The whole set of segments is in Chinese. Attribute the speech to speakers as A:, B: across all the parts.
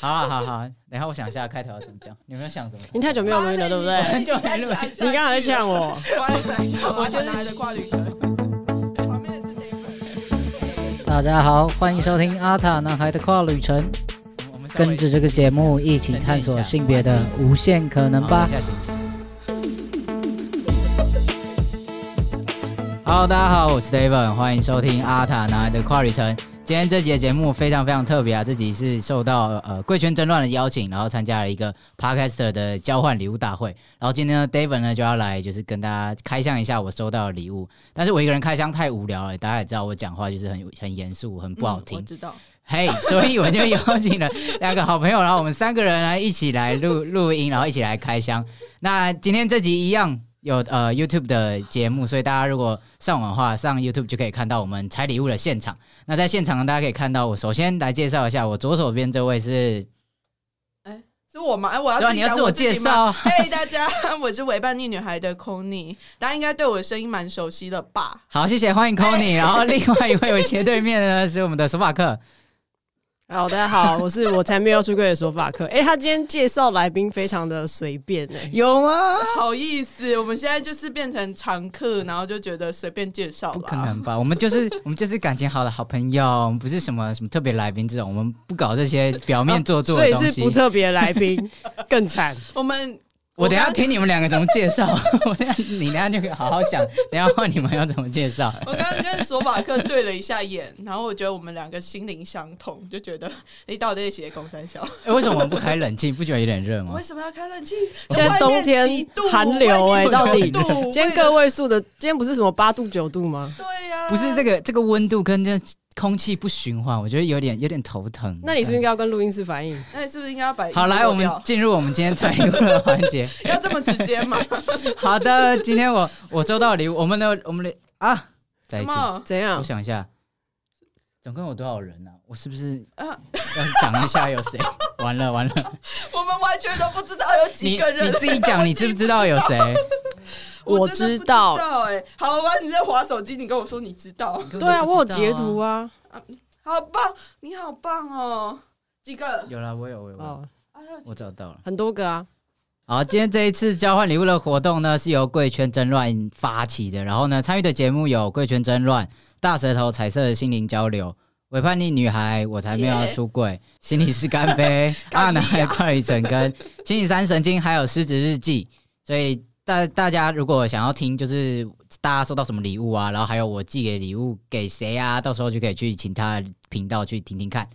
A: 好了好了好了，等一下我想一下开头要怎么讲，你有没有想怎么讲？
B: 你太久没有录音了，对不对？
A: 很久没录
B: 你刚才在呛我，
C: 我
A: 就是
C: 拿着跨旅程。旁边是 David
D: 大家好，欢迎收听阿塔男孩的跨旅程，
A: 我们稍微
D: 跟着这个节目一起探索性别的无限可能
A: 好
D: 吧
A: 一。下心情。Hello，大家好，我是 David，欢迎收听阿塔男孩的跨旅程。今天这集的节目非常非常特别啊，这集是受到呃贵圈争乱的邀请，然后参加了一个 Podcaster 的交换礼物大会。然后今天呢，David 呢就要来就是跟大家开箱一下我收到的礼物。但是我一个人开箱太无聊了，大家也知道我讲话就是很很严肃，很不好听
C: 嗯我。知道。
A: 嘿 所以我就邀请了两个好朋友，然后我们三个人来一起来录 录音，然后一起来开箱。那今天这集一样有呃 YouTube 的节目，所以大家如果上网的话，上 YouTube 就可以看到我们拆礼物的现场。那在现场呢，大家可以看到我，首先来介绍一下，我左手边这位是，
C: 是我吗？哎，我要
A: 对啊
C: 自
A: 你
C: 己
A: 要
C: 讲
A: 自我
C: 我
A: 介
C: 自己
A: 绍，
C: 吗。 嘿，大家，我是伪叛逆女孩的 c o n y 大家应该对我的声音蛮熟悉的吧？
A: 好，谢谢，欢迎 Conny。然后另外一位我斜对面呢是我们的索法克，
B: 好，大家好，我是我才没有出柜的说法课。 哎、他今天介绍来宾非常的随便哎、
A: 有吗？
C: 好意思，我们现在就是变成常客，然后就觉得随便介绍
A: 不可
C: 吧。
A: 能 吧？我们就是我们就是感情好的好朋友，我们不是什么什么特别来宾这种，我们不搞这些表面做作
B: 所
A: 的
B: 以
A: 东西。
B: 是不特别来 宾更惨。
C: 我们
A: 我等一下听你们两个怎么介绍， 我等一下你等一下就可以好好 想，等一下换你们要怎么介绍。
C: 我刚刚跟索法克对了一下眼，然后我觉得我们两个心灵相通，就觉得你到底在写公 三小？
A: 哎为什么我们不开冷气？不觉得有点热吗
C: 为？什么要开冷气？
B: 现在冬天
C: 外面几度
B: 寒流哎、
C: 外面
B: 到底
C: 几度
B: 今天
C: 为
B: 个
C: 了
B: 位数的，今天不是什么八度九度吗？
C: 对呀、
A: 不是这个这个温度跟这空气不循环，我觉得有点有点头疼。
B: 那你是不是应该要跟录音室反映？
C: 那你是不是应该要把
A: 好，来，我们进入我们今天猜礼物的环 节。
C: 要这么直接吗？
A: 好的，今天我我收到礼物，我们的我们的啊， 再
C: 什
A: 一次，
C: 么？
B: 怎
A: 我
B: 样？
A: 想一下，总共有多少人呢、啊？我是不是
C: 啊
A: 要讲一下有谁？ 完了完 了，
C: 我们完全都不知道有
A: 你
C: 几个人
A: 你。自己讲，你知不知道有谁？
B: 我
C: 真的
B: 知
C: 不知
B: 道
C: 道哎、好吧，你在划手机，你跟我说你知道，
B: 对啊，我有截图啊。
C: 好棒，你好棒哦，几个？
A: 有啦，我有，我有，我有
B: 哦，
C: 哎呦
A: 我找到了。
B: 很多个啊。
A: 好，今天这一次交换礼物的活动呢，是由贵圈争乱发起的。然后呢，参与的节目有贵圈争乱、大舌头、彩色的心灵交流、伪叛逆女孩、我才没有要出柜、心理师干 杯、
C: 干
A: 阿
C: 你
A: 南
C: 啊
A: 海快旅程跟星期三神经，还有狮子日记。所以大大家如果想要听，就是大家收到什么礼物啊，然后还有我寄给礼物给谁啊，到时候就可以去请他的频道去听听看。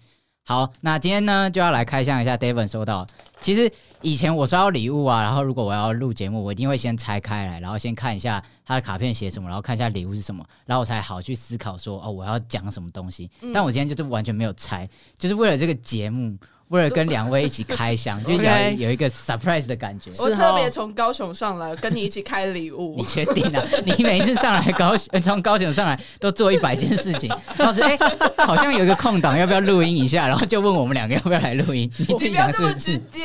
A: 好，那今天呢就要来开箱一下 David 收到。其实以前我收到礼物啊，然后如果我要录节目，我一定会先拆开来，然后先看一下他的卡片写什么，然后看一下礼物是什么，然后我才好去思考说哦我要讲什么东西。
C: 嗯
A: 但我今天就是完全没有拆，就是为了这个节目，为了跟两位一起开箱，就要
B: OK
A: 有一个 surprise 的感觉。
C: 我
B: 是哦
C: 特别从高雄上来跟你一起开礼
A: 你
C: 物，
A: 确定啊？你每一次上来高雄，从高雄上来都做一百件事情，然后说哎、好像有一个空档，要不要录音一下？然后就问我们两个要不要来录音？你自
C: 你
A: 己
C: 不要
A: 想
C: 这
A: 试
C: 么
A: 不
C: 直
A: 试？
C: 接。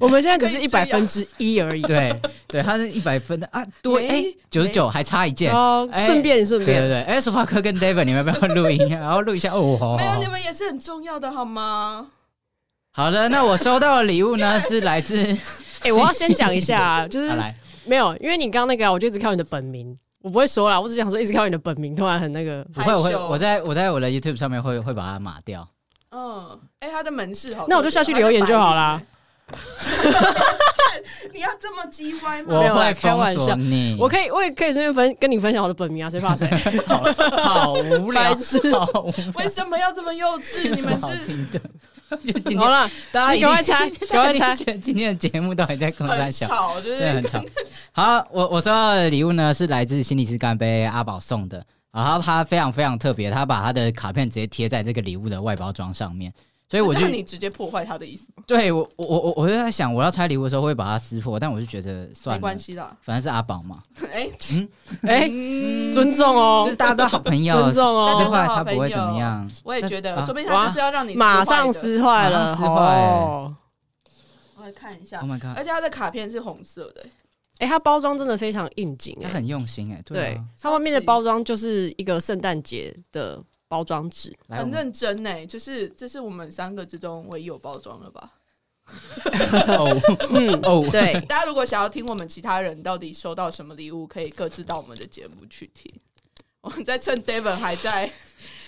B: 我们现在只是
C: 可以
B: 一
C: 这
B: 百
C: 样
B: 分之一而已。
A: 对对，他是一百分的啊，
C: 没
A: 对，哎，九十九还差一件。
B: 哦，
A: 哎
B: 顺便顺
A: 对
B: 便
A: 对，对，哎，说话科跟 David，你们要不要录音啊？然后录一下哦，好好
C: 没有，
A: 好
C: 你。们也是很重要的，好吗？
A: 好的，那我收到的礼物呢是来自，
B: 哎、我要先讲一下、啊，就是
A: 啊来，
B: 没有，因为你刚刚那个、啊，我就一直看到你的本名，我不会说啦，我只想说一直看到你的本名，突然很那个。
A: 不会，我
C: 害
A: 会，
C: 羞
A: 我在我在我的 YouTube 上面会会把它码掉。
C: 嗯，哎、他的门市
A: 哦
C: 好多，
B: 那我就下去留言就好啦。
C: 你要这么叽歪吗？
A: 我
B: 没有啦
A: 会
B: 开
A: 封
B: 玩
A: 锁
B: 笑
A: 你。
B: 我可以，我也可以顺便分跟你分享我的本名啊，谁怕谁？
A: 嗯好好无聊，好无聊，
C: 为什么要这么幼稚？
A: 有
C: 你
A: 什么好
C: 们是
A: 听的？就今
B: 好
A: 天
B: 了，
A: 大家一
B: 你
A: 定
B: 赶快猜， 赶快猜。
A: 觉得今天的节目到底在空山
C: 很
A: 小？
C: 吵，就
A: 真的
C: 是
A: 很吵。好，我我收到的礼物呢是来自心理师干杯阿宝送的，然后他非常非常特别，他把他的卡片直接贴在这个礼物的外包装上面，所以哎我
C: 这
A: 就是
C: 你直接破坏他的意思吗，
A: 对我我我我我就在想，我要拆礼物的时候会把它撕破，但我就觉得算
C: 没
A: 了，
C: 关系啦。
A: 反正是阿宝嘛，
C: 哎，
B: 哎、
C: 嗯
B: 尊重
A: 就
B: 哦
A: 是，大家都好朋友，
B: 尊重
A: 撕
B: 哦，
A: 坏他不会怎么样。
C: 我也觉得，
A: 啊
C: 说不定他就是要让你撕坏的
B: 马上。撕坏了，
A: 马上撕坏
B: 哦。
C: 我来看一下
A: Oh，my god，
C: 而且他的卡片是红色的，
B: 哎、它包装真的非常应景、
A: 他
B: 哎，
A: 很用心哎，
B: 对
A: 啊，
B: 它外面的包装就是一个圣诞节的包装纸。
A: 来，我
C: 很
A: 们
C: 认真呢、就是这是我们三个之中唯一有包装了吧？
A: 哦
B: 嗯，
A: 哦，
B: 对，
C: 大家如果想要听我们其他人到底收到什么礼物，可以各自到我们的节目去听。 我们在趁 David 还在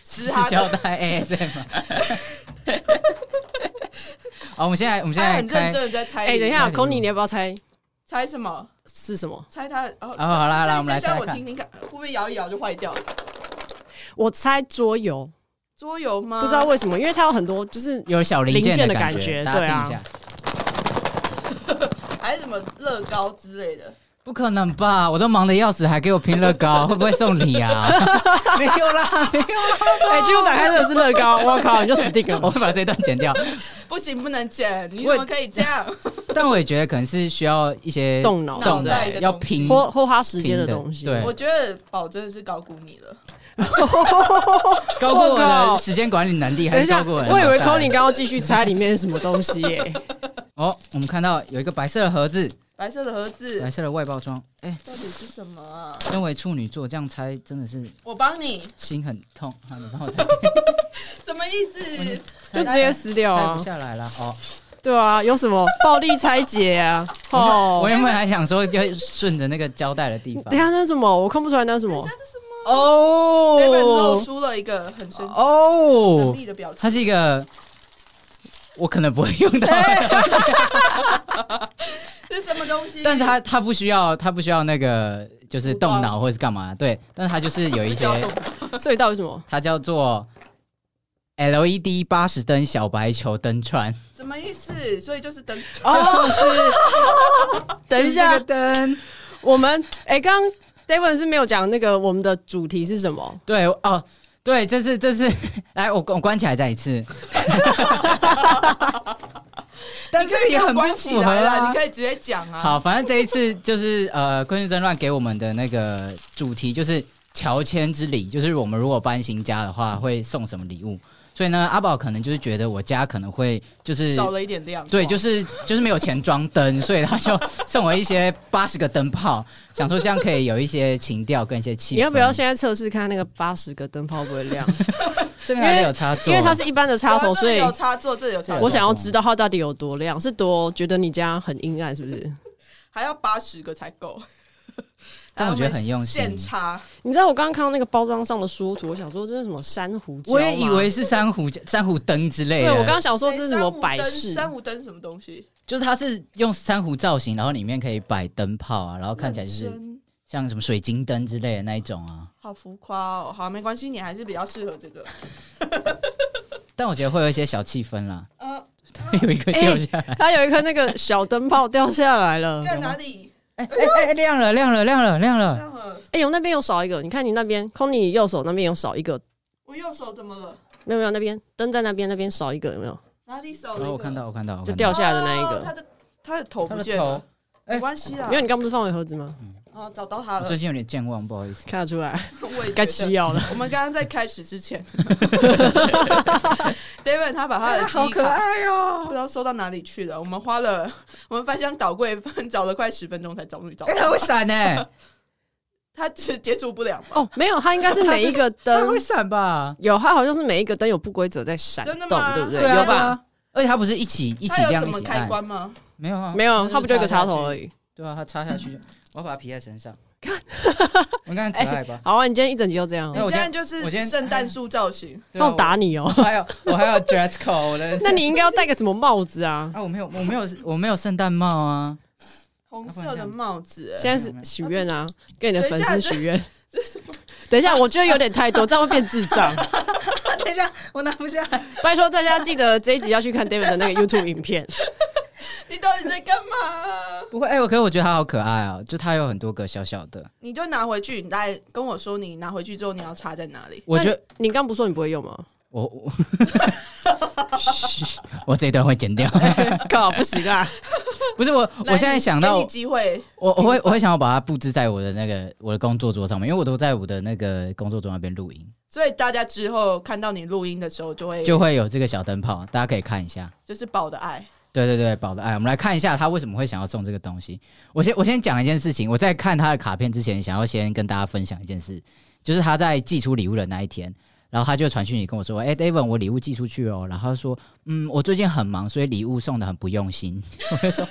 C: 嘶
A: 是
C: 哈
A: 交
C: 的，
A: 代 ASM 吗。啊好，我们现在我们现
C: 他
A: 在
C: 很认
A: 开，
C: 真的在猜
B: 哎、
C: 礼物，
B: 等一下
A: 礼物
B: ，Conny，你要不要猜
C: 猜什么？
B: 是什么？
C: 猜他哦，
A: 好好啦
C: 这
A: 来我们来
C: 这下
A: 猜
C: 我
A: 看
C: 听听看，会不会摇一摇就坏掉了？
B: 我猜桌游，
C: 桌游吗？
B: 不知道为什么，因为它有很多就是
A: 有小零
B: 零件
A: 的
B: 的感
A: 觉，
B: 觉
A: 大家
B: 对啊
A: 听一下。
C: 还是什么乐高之类的。
A: 不可能吧！我都忙得要死，还给我拼乐高， 会不会送礼 啊？没有 啦，没有啦，
B: 哎、结果打开这个是乐高， 我靠，你就死定了。
A: 我会把这段剪掉。
C: 不行，不能剪，你
A: 我
C: 怎么可以 这样？
A: 但我也觉得可能是需要一些
B: 动脑
A: 动
C: 脑袋
A: 的，
C: 的东西
A: 要拼。
B: 或或花时
A: 拼
B: 间的东西，
A: 对
C: 我，觉得宝真的是高估你了。
A: 高过我
B: 靠
A: 的时间管理能力，
B: 等
A: 还
B: 一
A: 是
B: 下，
A: 高过
B: 我
A: 的
B: 以为
A: 脑袋
B: Conny 刚刚继续猜里面是什么东西耶、
A: 哦，我们看到有一个白色的盒子，
C: 白色的盒子
A: 白色的外包装。哎，
C: 到底是什么啊？
A: 身为处女座，这样猜真的是
C: 我帮你，
A: 心很痛。好，你帮我 猜，
C: 什么意思？
B: 就直接撕掉
A: 猜
B: 啊
A: 不！下来了。哦，
B: 对啊，有什么暴力拆解啊？哦
A: 我，原本还想说要顺着那个胶带的地
B: 等一
A: 方，
B: 下那是什么？我看不出来那是什么
C: 等一下这是什么？David 露
B: 哦
C: 出了一个很神神
A: 哦，
C: 秘的表情。
A: 它是一个我可能不会 用到的
C: 是什么东西？
A: 哦但是他他不需要，他不需要那个就是动脑或是干嘛，对，但是他就是有一些，
B: 所以到底是什么？
A: 它叫做 LED 八十灯小白球灯串，
C: 什么意思？所以就是等
B: 哦，是等一下
A: 就是这个，灯，
B: 我们哎，刚刚 David 是没有讲那个我们的主题是什么？
A: 对哦，对，这是这是， 来我我关起来再一次， 但
C: 你
A: 是
C: 可以
A: 也
C: 不
A: 很
C: 用
A: 不
C: 关起
A: 符合
C: 来了，
A: 啊
C: 你。可以直接讲啊。
A: 好，反正这一次就是呃， 昆士争乱给我们的那个主题就是乔迁之礼，就是我们如果搬新家的话会送什么礼物。所以呢，阿宝可能就是觉得我家可能会就是
C: 少了一点亮光。
A: 对，就是就是没有钱装灯，所以他就送我一 些八十个灯泡，想说这样可以有一些情调跟一些气氛。
B: 你要不要现在测试看那个八十个灯泡会不会亮？
A: 这边还是有插座？
B: 因为它是一般的插头，
C: 哇这
B: 所
C: 里
B: 以
C: 有插座，这里有插
A: 对
B: 我
C: 座，
B: 想要知道它到底有多亮，是多觉得你家很阴暗，是不是？
C: 还要八十个才够。
A: 但我觉得很用心
C: 然后我们现插，
B: 你知道我刚刚看到那个包装上的书图，我想说这是什么珊瑚礁吗？
A: 我也以为是珊瑚珊瑚灯之类的。
B: 对我刚想说这是什么摆
C: 哎
B: 饰，
C: 珊瑚灯珊瑚灯什么东西？
A: 就是它是用珊瑚造型，然后里面可以摆灯泡啊，然后看起来就是
C: 人生
A: 像什么水晶灯之类的那一种啊。
C: 好浮夸哦。好，没关系，你还是比较适合这个。
A: 但我觉得会有一些小气氛啦，
C: 呃，
A: 有一个掉下来，
B: 它有一颗那个小灯泡掉下来了。
C: 在哪里？
A: 哎哎哎，亮了亮了亮了亮了，
C: 那么
B: 哎呦，那边有少一个，你看你那边 c o n y 右手那边有少一个，
C: 我右手怎么了？
B: 没有没有，那边灯在那边，那边少一个有没有？
C: 哪里少了一
A: 然
C: 个？
A: 哦后我看到我看到我
B: 就
A: 看
B: 掉
A: 到，
B: 下来的那一
C: 哦他
B: 个。
C: 的他的头
A: 他
C: 不
A: 的
C: 见
A: 头
C: 了，，没关系啦
B: 因为。你刚不是放回盒子吗？
C: 哦，找到他
A: 我
C: 了
A: 最。近有点健忘，不好意思。
B: 看得出来，
C: 我也觉 得
B: 该吃药了。
C: 我们刚刚在开始之前，David 他把他的哎好可爱哦，不知道收到哪里去了。我们花了我们翻箱倒柜翻找了快十分钟才终于找
A: 哎、
C: 到，
A: 它会闪呢、
C: 他只接触不良吧？
B: 哦，没有，它应该是每一个
A: 它
B: 灯
A: 会闪吧？
B: 有，它好像是每一个灯有不规则在闪动，
C: 真的吗
B: 对不对？
C: 对啊
B: 有吧？？
A: 而且它不是一起一起
C: 他有
A: 亮
C: 什
A: 一
C: 么
A: 起
C: 开
A: 暗，
C: 关吗？
A: 没有啊，
B: 没有，它不就一个插头
A: 已。
B: 而已。
A: 对啊，它插下去就，我要把它皮在身上。 看，我看可爱吧？
B: 好啊，你今天一整集就这样
A: 哎
C: 你
A: 那，我
C: 现
A: 今天
C: 在就是
A: 我今天
C: 圣诞树造型，
A: 对啊
B: 那我打你哦。
A: 我还有我还有 dress code 我的。
B: 那你应该要戴个什么帽子 啊？
A: 啊，我没有我没有我没有圣诞帽啊，
C: 红色的帽子， 哎
B: 现在是许愿啊，跟你的
C: 等
B: 粉
C: 一下
B: 丝
C: 是
B: 许愿。
C: 这是什么？
B: 等一下，我觉得有点太 多，这样会变智障。
C: 等一下，我拿不下来，
B: 拜托大家记得这一集要去看 David 的那个 YouTube 影片。
C: 你到底在干嘛？
A: 不会哎、我可是我觉得它好可爱哦、就它有很多个小小的，
C: 你就拿回去，你来跟我说，你拿回去之后你要插在哪里？
A: 我觉得
B: 你刚不是说你不会用吗？
A: 我我嘘 我这一段会剪掉，
B: 靠，不行啊！
A: 不是我
C: 来
A: 我现在
C: 你
A: 想
C: 给
A: 到
C: 你机会，
A: 我我会我会想要把它布置在我的那个我的工作桌上面，因为我都在我的那个工作桌那边录音，
C: 所以大家之后看到你录音的时候，就会
A: 就会有这个小灯泡，大家可以看一下。
C: 就是宝的爱。
A: 对对对，宝的爱，我们来看一下他为什么会想要送这个东西。我先我先讲一件事情，我在看他的卡片之前，想要先跟大家分享一件事，就是他在寄出礼物的那一天，然后他就传讯息跟我说：“哎、d a v i d 我礼物寄出去哦。”然后他说：“嗯，我最近很忙，所以礼物送的很不用心。” 我就说：“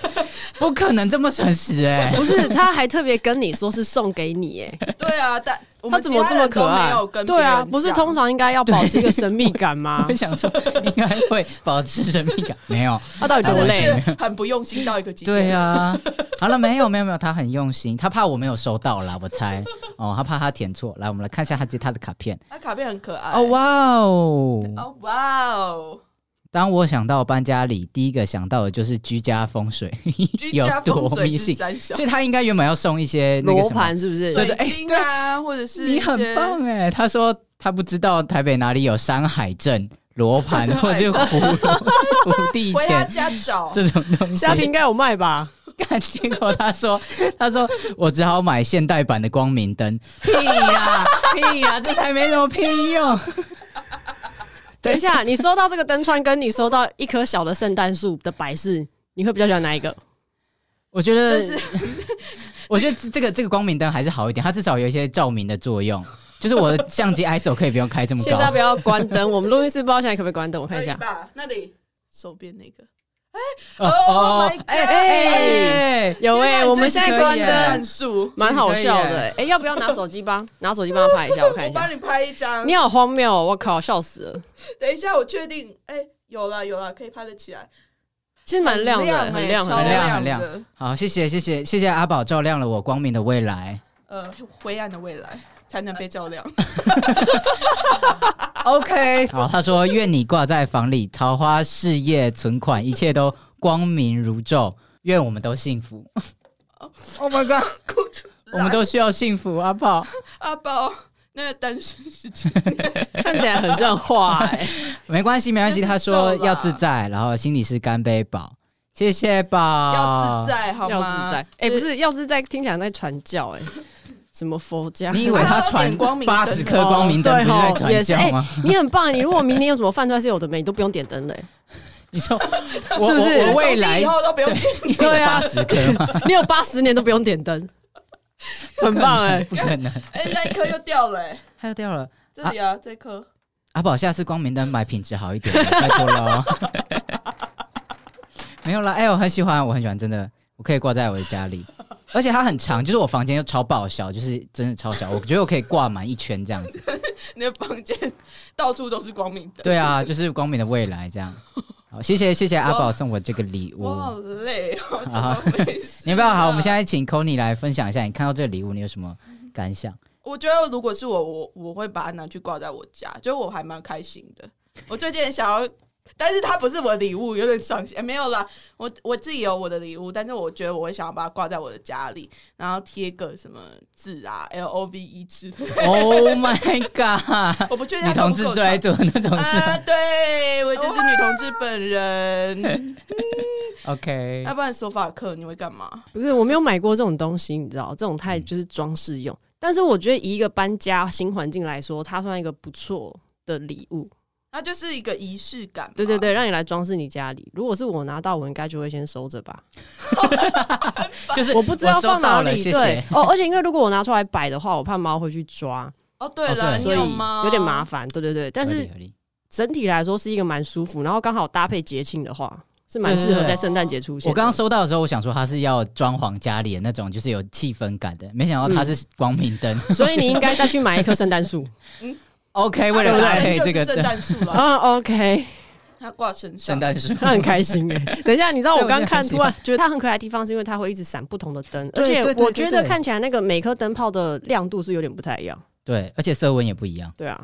A: 不可能这么诚实 哎、
B: 不是，他还特别跟你说是送给你， 哎，
C: 对啊， 但我
B: 他
C: 们
B: 怎么这么可
C: 其他人
B: 爱
C: 都没有？跟别
B: 对
C: 人
B: 啊，不是
C: 讲
B: 通常应该要保持一个神秘 感吗
A: 我？想说应该会保持神秘感，没有。
B: 他到底
C: 真
B: 多
C: 的
B: 累？
C: 是很不用心到一个极点。
A: 对啊，好了，没有没有没有，他很用心，他怕我没有收到啦，我猜哦，他怕他填错。来，我们来看一下他接他的卡片。
C: 他卡片很可爱
A: 哦哇哦！
C: 哦哇 哦，
A: 当我想到搬家里，第一个想到的就是居家风水
C: 居
A: 有
C: 家风
A: 多
C: 水
A: 迷
C: 是
A: 信，
C: 三小
A: 所以他应该原本要送一些那个
B: 罗
A: 什么。
B: 盘是不是？
A: 对对
C: 水
A: 哎
C: 晶啊，或者是
A: 你
C: 一
A: 很
C: 些
A: 棒哎、他说他不知道台北哪里有山海镇、罗盘或者是湖 湖地
C: 回他
A: 钱
C: 家找。
A: 这种东西。
B: 虾皮应该有卖吧？
A: 看，结果他说，他说我只好买现代版的光明灯。屁呀、屁呀、这才没什么屁用。
B: 等一下，你收到这个灯串，跟你收到一棵小的圣诞树的摆饰，你会比较喜欢哪一个？
A: 我觉
C: 就
A: 得，
C: 是
A: 我觉得这个这个光明灯还是好一点，它至少有一些照明的作用。就是我的相机 ISO 可以不用开这么
B: 现在
A: 高
B: 不。要关灯，我们录音室不知道现在可不可以关灯，我看
C: 可
B: 一
C: 以
B: 下。
C: 吧，那里手边那个。
A: 哦
C: Oh my god！
A: 哎哎，
B: 有哎、我们现在
A: 这个可
B: 关
A: 以耶
B: 灯，
C: 战术，
B: 蛮好笑
A: 这
B: 的、
A: 个可以
B: 哎、要不要拿手机帮 拿手机帮他拍一下？我看
C: 我
B: 一下
C: 帮。你拍一张
B: 你。好荒谬、哦，我靠，笑死了！
C: 等一下，我确定。哎，有了有了，可以拍得起来，
B: 其实蛮亮的，很
C: 很
B: 亮，
C: 超
B: 很
A: 亮
B: 亮。
A: 很亮
C: 的。
A: 好，谢谢谢谢谢谢阿宝照亮了我光明的未来。
C: 呃，灰暗的未来才能被 照亮。
A: OK，好，他说愿你挂在房里，桃花、事业、存款，一切都光明如昼，愿我们都幸 福。
C: Oh my god！哭 出
A: 我
C: 来
A: 们都需要幸福，阿宝。
C: 阿宝，那个单身时期，
B: 看起来很像画、 哎，
A: 没关系，没 关系。
C: 那是
A: 他说
C: 瘦啦
A: 要自在，然后心里是干杯宝，谢谢宝。
C: 要自。在好
B: 啊要
C: 吗？
B: 自在。哎、不是要自在，听起来在传教、哎，什么佛 家？
A: 你以为他传八十颗光明灯
B: 对
A: 不是在
B: 吼，
A: 传
B: 也是
A: 教
B: 哎、
A: 吗？
B: 你很棒！你如果明天有什么犯罪是有的没，你都不用点灯了、哎
A: 你说 我
B: 是不是
A: 我我未来
C: 以后都不用
B: 对啊
A: 八十颗吗？
B: 你有八十年都不用点灯， 很棒哎、
A: 不可能，
C: 哎、那一颗又掉了、哎，
A: 他又掉了。
C: 这里啊，这一颗。
A: 阿宝，下次光明灯买品质好一点的， 拜托 了。没有啦，哎、我很喜欢，我很喜欢，真的，我可以挂在我的家 里，而且它很长，就是我房间又超爆小，就是真的超小，我觉得我可以挂满一圈这样子。
C: 你的房间到处都是光明灯。
A: 对啊，就是光明的未来这样。好，谢谢谢谢阿宝送我这个礼物
C: 我。好累哦，怎
A: 啊
C: 么回 事、
A: 你要不要好？我们现在请 c o n y 来分享一下，你看到这个礼物，你有什么感想？
C: 我觉得如果是我，我我会把它拿去挂在我家，就我还蛮开心的。我最近想要，但是它不是我的礼物，有点伤心、哎没有啦，我我自己有我的礼物，但是我觉得我会想要把它挂在我的家里，然后贴个什么字啊，L O V E 之类的。
A: Oh my god！
C: 我不确定
A: 女
C: 它够
A: 同
C: 不
A: 志
C: 够
A: 最爱
C: 长
A: 做的那种 事。
C: 啊，对我就是女同志本人。
A: OK，
C: 要不然手法课你会干嘛？
B: 不是，我没有买过这种东西，你知道，这种
C: 嗯
B: 太就是装饰用。但是我觉得以一个搬家新环境来说，它算一个不错的礼物。
C: 它就是一个仪式感嘛。
B: 对对对，让你来装饰你家里。如果是我拿到，我应该就会先收 着吧。
A: 就是
B: 我不知道
A: 收
B: 放
A: 到
B: 哪
A: 了，
B: 里。
A: 谢
B: 对
A: 谢。
B: 哦，而且因为如果我拿出来摆的话，我怕猫会去抓，
C: 哦，对
A: 哦对
C: 了，你
B: 所以
C: 有吗？
B: 有点麻烦。对对对，但
A: 合
B: 是
A: 理合啊理
B: 整体来说是一个蛮舒服，然后刚好搭配节庆的话，是蛮适合在圣诞节出现的。
A: 我刚刚收到的时候，我想说他是要装潢家里的那种，就是有气氛感的，没想到他是光明 灯。
B: 所以你应该再去买一棵圣诞树。
A: OK，为哎
C: 它
A: 了
C: 本
A: 搭
C: 身
A: 配
C: 就
A: 这
C: 是
A: 个哦
C: 圣
A: 灯
C: 诞 树了，
B: 啊，OK。
C: 它挂身上。
A: 圣诞树，
B: 他很开心哎、 等一下，你知道我刚看，
A: 对我觉得很喜欢
B: 突然觉得它很可爱的地方，是因为它会一直闪不同的灯，而
A: 对
B: 且
A: 对对
B: 我觉得
A: 对对
B: 看起来那个每颗灯泡的亮度是有点不太一样。
A: 对，而且色温也不一样，
B: 对啊，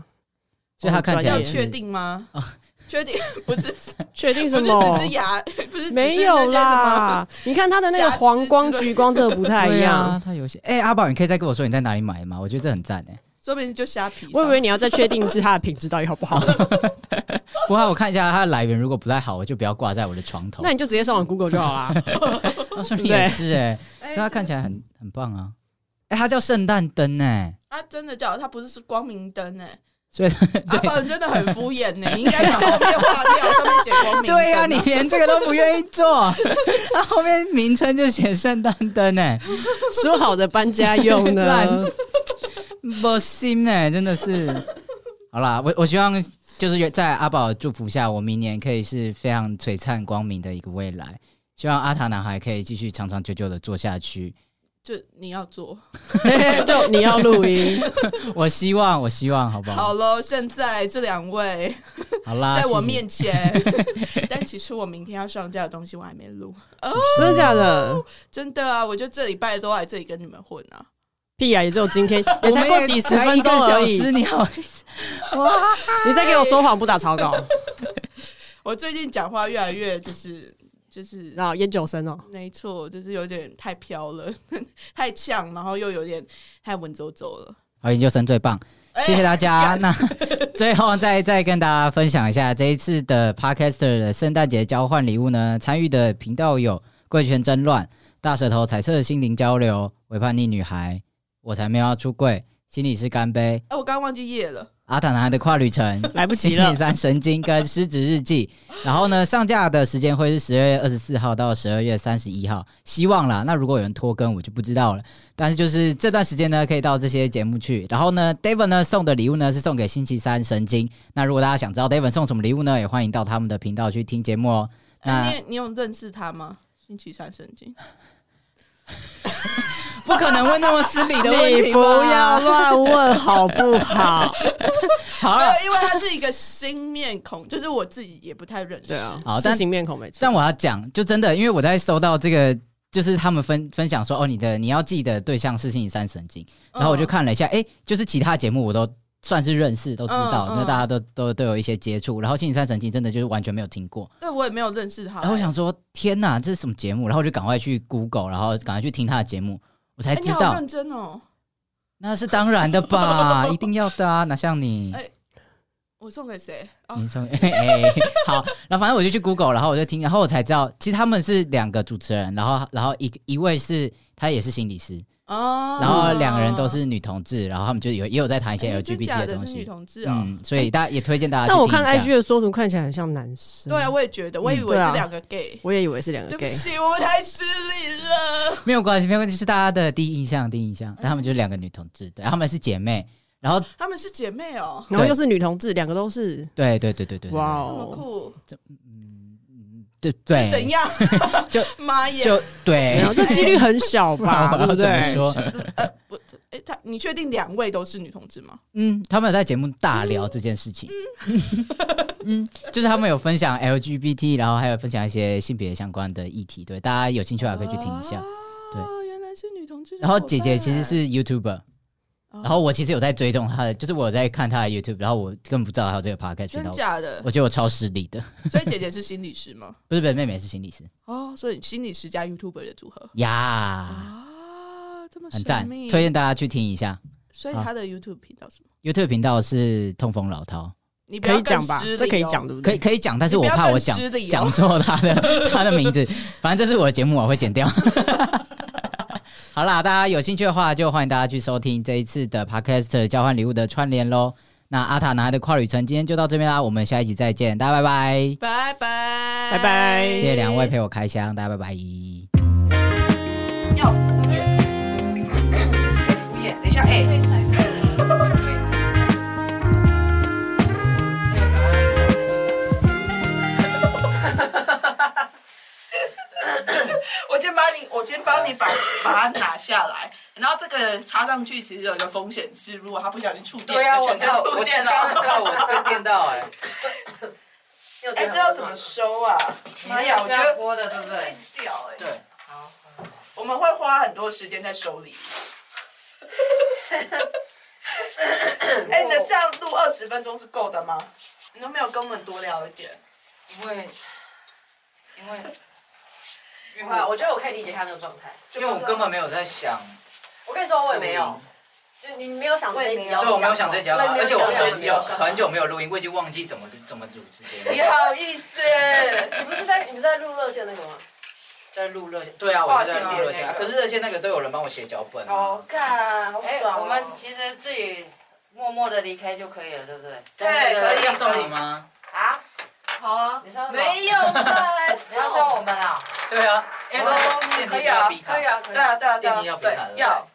A: 所以它看起来
C: 要
A: 也
B: 我很专
C: 确
A: 是。
C: 定吗？
A: 哦
C: 确定 不 是
B: 确定
C: 不
B: 什
C: 是
B: 么
C: 只是？牙， 不是
B: 没有啦，你看它的那个黄光
C: 瑕疵之类
B: 橘光真的不太一
A: 对
B: 样
A: 啊。，它有些哎、阿宝，你可以再跟我说你在哪里买的吗？我觉得这很赞哎、
C: 说不定就虾皮上。
B: 我以为你要再确定是它的品质到底好不好，
A: 不过我看一下它的来源，如果不太好，我就不要挂在我的床头。
B: 那你就直接上网 Google 就好啦。
A: 我说你
B: 对
A: 也是哎、
C: 哎，
A: 对它看起来很很棒啊。哎、它叫圣诞灯哎，
C: 它真的叫它不是是光明灯哎，
A: 所以
C: 阿宝你真的很敷衍呢，你应该把后面划掉，上面写光明灯。啊
A: 对呀、啊你连这个都不愿意 做，它后面名称就写圣诞灯哎。
B: 说 好的搬家用呢
A: 哎烂？不行呢，真的是。好啦，我我希望就是在阿宝的祝福下，我明年可以是非常璀璨光明的一个未来。希望阿塔男孩可以继续长长久久的做下去。
C: 就你要做
B: 就你要录 音，
A: 我希望，我希望，好不
C: 好
A: 好？
C: 喽。现在这两位
A: 好啦，
C: 在我
A: 啊谢谢
C: 面前， 但其实我明天要上架的东西我还没录，
B: 真的假的？
C: 真的啊！我就这礼拜都来这里跟你们混啊。
B: 屁啊！也只有 今天，也才过几十分钟而已
A: 我们也才一个小。时你好意 思？
B: 你再给我说谎不打草稿，
C: 我最近讲话越来越就是就是，
B: 然后烟酒声哦。。
C: 没错，就是有点太飘了， 太呛，然后又有点太文绉绉了。
A: 好，研究生最棒，谢谢大家。那 最后再再跟大家分享一下这一次的 Podcaster 的圣诞节交换礼物呢，参与的频道有贵圈争乱、大舌头彩色心灵交流、伪叛逆女孩、我才没有要出柜、心理师干杯、
C: 哎、我刚刚忘记夜了，
A: 阿塔男孩的跨旅程
B: 来不及
A: 星
B: 了
A: 期，三神经跟狮子日记，然后呢，上架的时间会是十二月二十四号到十二月三十一号，希望啦。那如果有人拖更，我就不知道了。但是就是这段时间呢，可以到这些节目去。然后呢，David 呢送的礼物呢是送给星期三神经。那如果大家想知道 David 送什么礼物呢，也欢迎到他们的频道去听节目哦。那
C: 哎你你有认识他吗？星期三神经，
A: 不可能问那么失礼的问
B: 你
A: 题
B: 不
A: 吧
B: 要 乱问好不好？
A: 好
C: 没
A: 了。
C: 有，因为他是一个新面孔，就是我自己也不太认识。
B: 对啊，
A: 好
B: 是
A: 但
B: 新面孔没错。
A: 但我要讲，就真的，因为我在收到这个，就是他们分分享说，哦，你的你要记的对象是星期三神经。然后我就
C: 嗯
A: 看了一下，哎、就是其他节目我都算是认识，都知道，
C: 嗯嗯
A: 那大家都都都有一些接触。然后《星期三神经》真的就是完全没有听过。
C: 对我也没有认识他、
A: 然后哎我想说，天哪，这是什么节目？然后我就赶快去 Google，然后赶快去听他的节目，我才
C: 哎、
A: 知
C: 你好
A: 道、
C: 认真哦。
A: 那是当然的 吧，一定要的啊，哪像你。
C: 哎我送给谁？哦，
A: 你从哎、好，然后反正我就去 Google，然后我就听，然后我才知道，其实他们是两个主持人，然后然后一一位是他也是心理师，
C: 哦
A: 然后两个人都是女同志，然后他们就有也有在谈一
C: 哎
A: 些
C: 真
A: LGBT
C: 假
A: 东
C: 是
A: 西
C: 女，同志啊、
A: 嗯，所以大家也推荐大家去
B: 但
A: 听
B: 我
A: 一下。
B: 看 IG 的缩图看起来很像男生。
C: 对啊，，我也觉得，我以
A: 嗯
C: 为
B: 对啊
C: 是两个 gay。
B: 我也以为是两个
C: 对不
B: gay。
C: 起，我太失礼了。
A: 没有关系，没有关系，是大家的第一印象，第一印象。但他们就是两个女同志，对，
C: 嗯
A: 她们是姐妹。然后，
C: 她们是姐妹哦，
B: 然后又是女同志，两个都是。
A: 对对对对对，
B: 哇
C: 这么
B: 哦！
C: 酷，
A: 对
C: 是
A: 对，
C: 怎样？
A: 就
C: 妈耶！
A: 就对
B: 没，有，这几率很小吧？
A: 我要
B: 对不
A: 怎么
B: 对？
A: 说？
C: 哎，他，你确定两位都是女同志吗？
A: 嗯，他们有在节目大聊这件事情。 嗯，就是他们有分享 LGBT，然后还有分享一些性别相关的议题。对，大家有兴趣的话可以去听一下。对
C: 哦，原来是女同志的
A: 然
C: 伙伴。啊
A: 后姐姐其实是 YouTuber，
C: 哦，
A: 然后我其实有在追踪她的，就是我有在看她的 YouTube，然后我根本不知道还有这个 podcast 频
C: 真
A: 道。
C: 假的
A: 我，觉得我超失礼的，
C: 所以姐姐是心理师吗？
A: 不是不是，妹妹是心理师
C: 哦，所以心理师加 YouTuber 的组合
A: 呀
C: 啊，这么
A: 很赞
C: 神，秘
A: 推荐啊大家去听一下。
C: 所以
A: 好
C: 他的 YouTube 频道是什么？
A: YouTube 频道是痛风老饕，
C: 你不
B: 可
C: 要
B: 以讲吧
C: 更失？礼
B: 这可以
C: 哦
B: 讲，对不
A: 可
E: 嗯
A: 以
B: 对？
A: 可以讲，但是
C: 你
A: 我
C: 不要
A: 怕我
C: 更
A: 讲
C: 失礼哦
A: 讲错他 的他的名字，反正这是我的节目，我会剪掉。好啦，大家有兴趣的话，就欢迎大家去收听这一次的 Podcast 交换礼物的串联喽。那阿塔男孩的跨旅程今天就到这边啦，我们下一集再见，大家拜拜。
C: 拜拜，
B: 拜拜
A: 谢谢两位陪我开箱，大家拜拜。
C: 要敷衍，谁敷衍？等一下，哎、 我先把你，我先帮你把把它拿下来，然后这个插上去其实有一个风险是，如果它不小心触电，
E: 对啊，
C: 就
E: 我知
C: 全身
E: 道，
C: 触
E: 我其
C: 电
E: 实刚刚看到
C: 了。
E: 我被电到 哎、
C: 哎、这要怎么收啊？妈呀，我觉
E: 要
C: 得
E: 播的对不对？
C: 屌哎、
E: 对，
C: 我们会花很多时间在收礼物。哎、那这样录二十分钟是够的吗？你都没有跟我们多聊一点。
E: 因为因为
F: 不会啊，我觉得我可以理解他那个状态。
E: 因为我根本没有在想，
F: 我跟你说，我也没有，就你没有想这一集啊要
E: 对嗯我没有想这家，而且我这一集有
F: 有
E: 很久没有录音，我已经忘记怎么录怎么录之间。
C: 你好意思？
F: 哎你不是在你不是在录热线那个吗？
E: 在录热线，对啊，我是在录热线啊，
C: 跨
E: 可
C: 界
E: 是热线那个都有人帮我写脚本啊。
F: 干，好
E: 哎
F: 爽哦！
E: 我们
F: 其
E: 其
F: 实
E: 实自己默默的离开就可以了，对不对？
C: 对可以
E: 要送你吗？
F: 啊，
C: 好啊，
F: 你说
C: 没有吧？来送
F: 你要送我们啊？
E: 对啊，
C: 哎
E: 我说
C: 可
E: 电梯
C: 以啊
E: 要逼卡
F: 可以啊，可
C: 对
F: 以啊。
C: 啊，对啊，对
E: 电
C: 啊，
E: 梯要逼卡
C: 对
E: 对，不对
C: 要。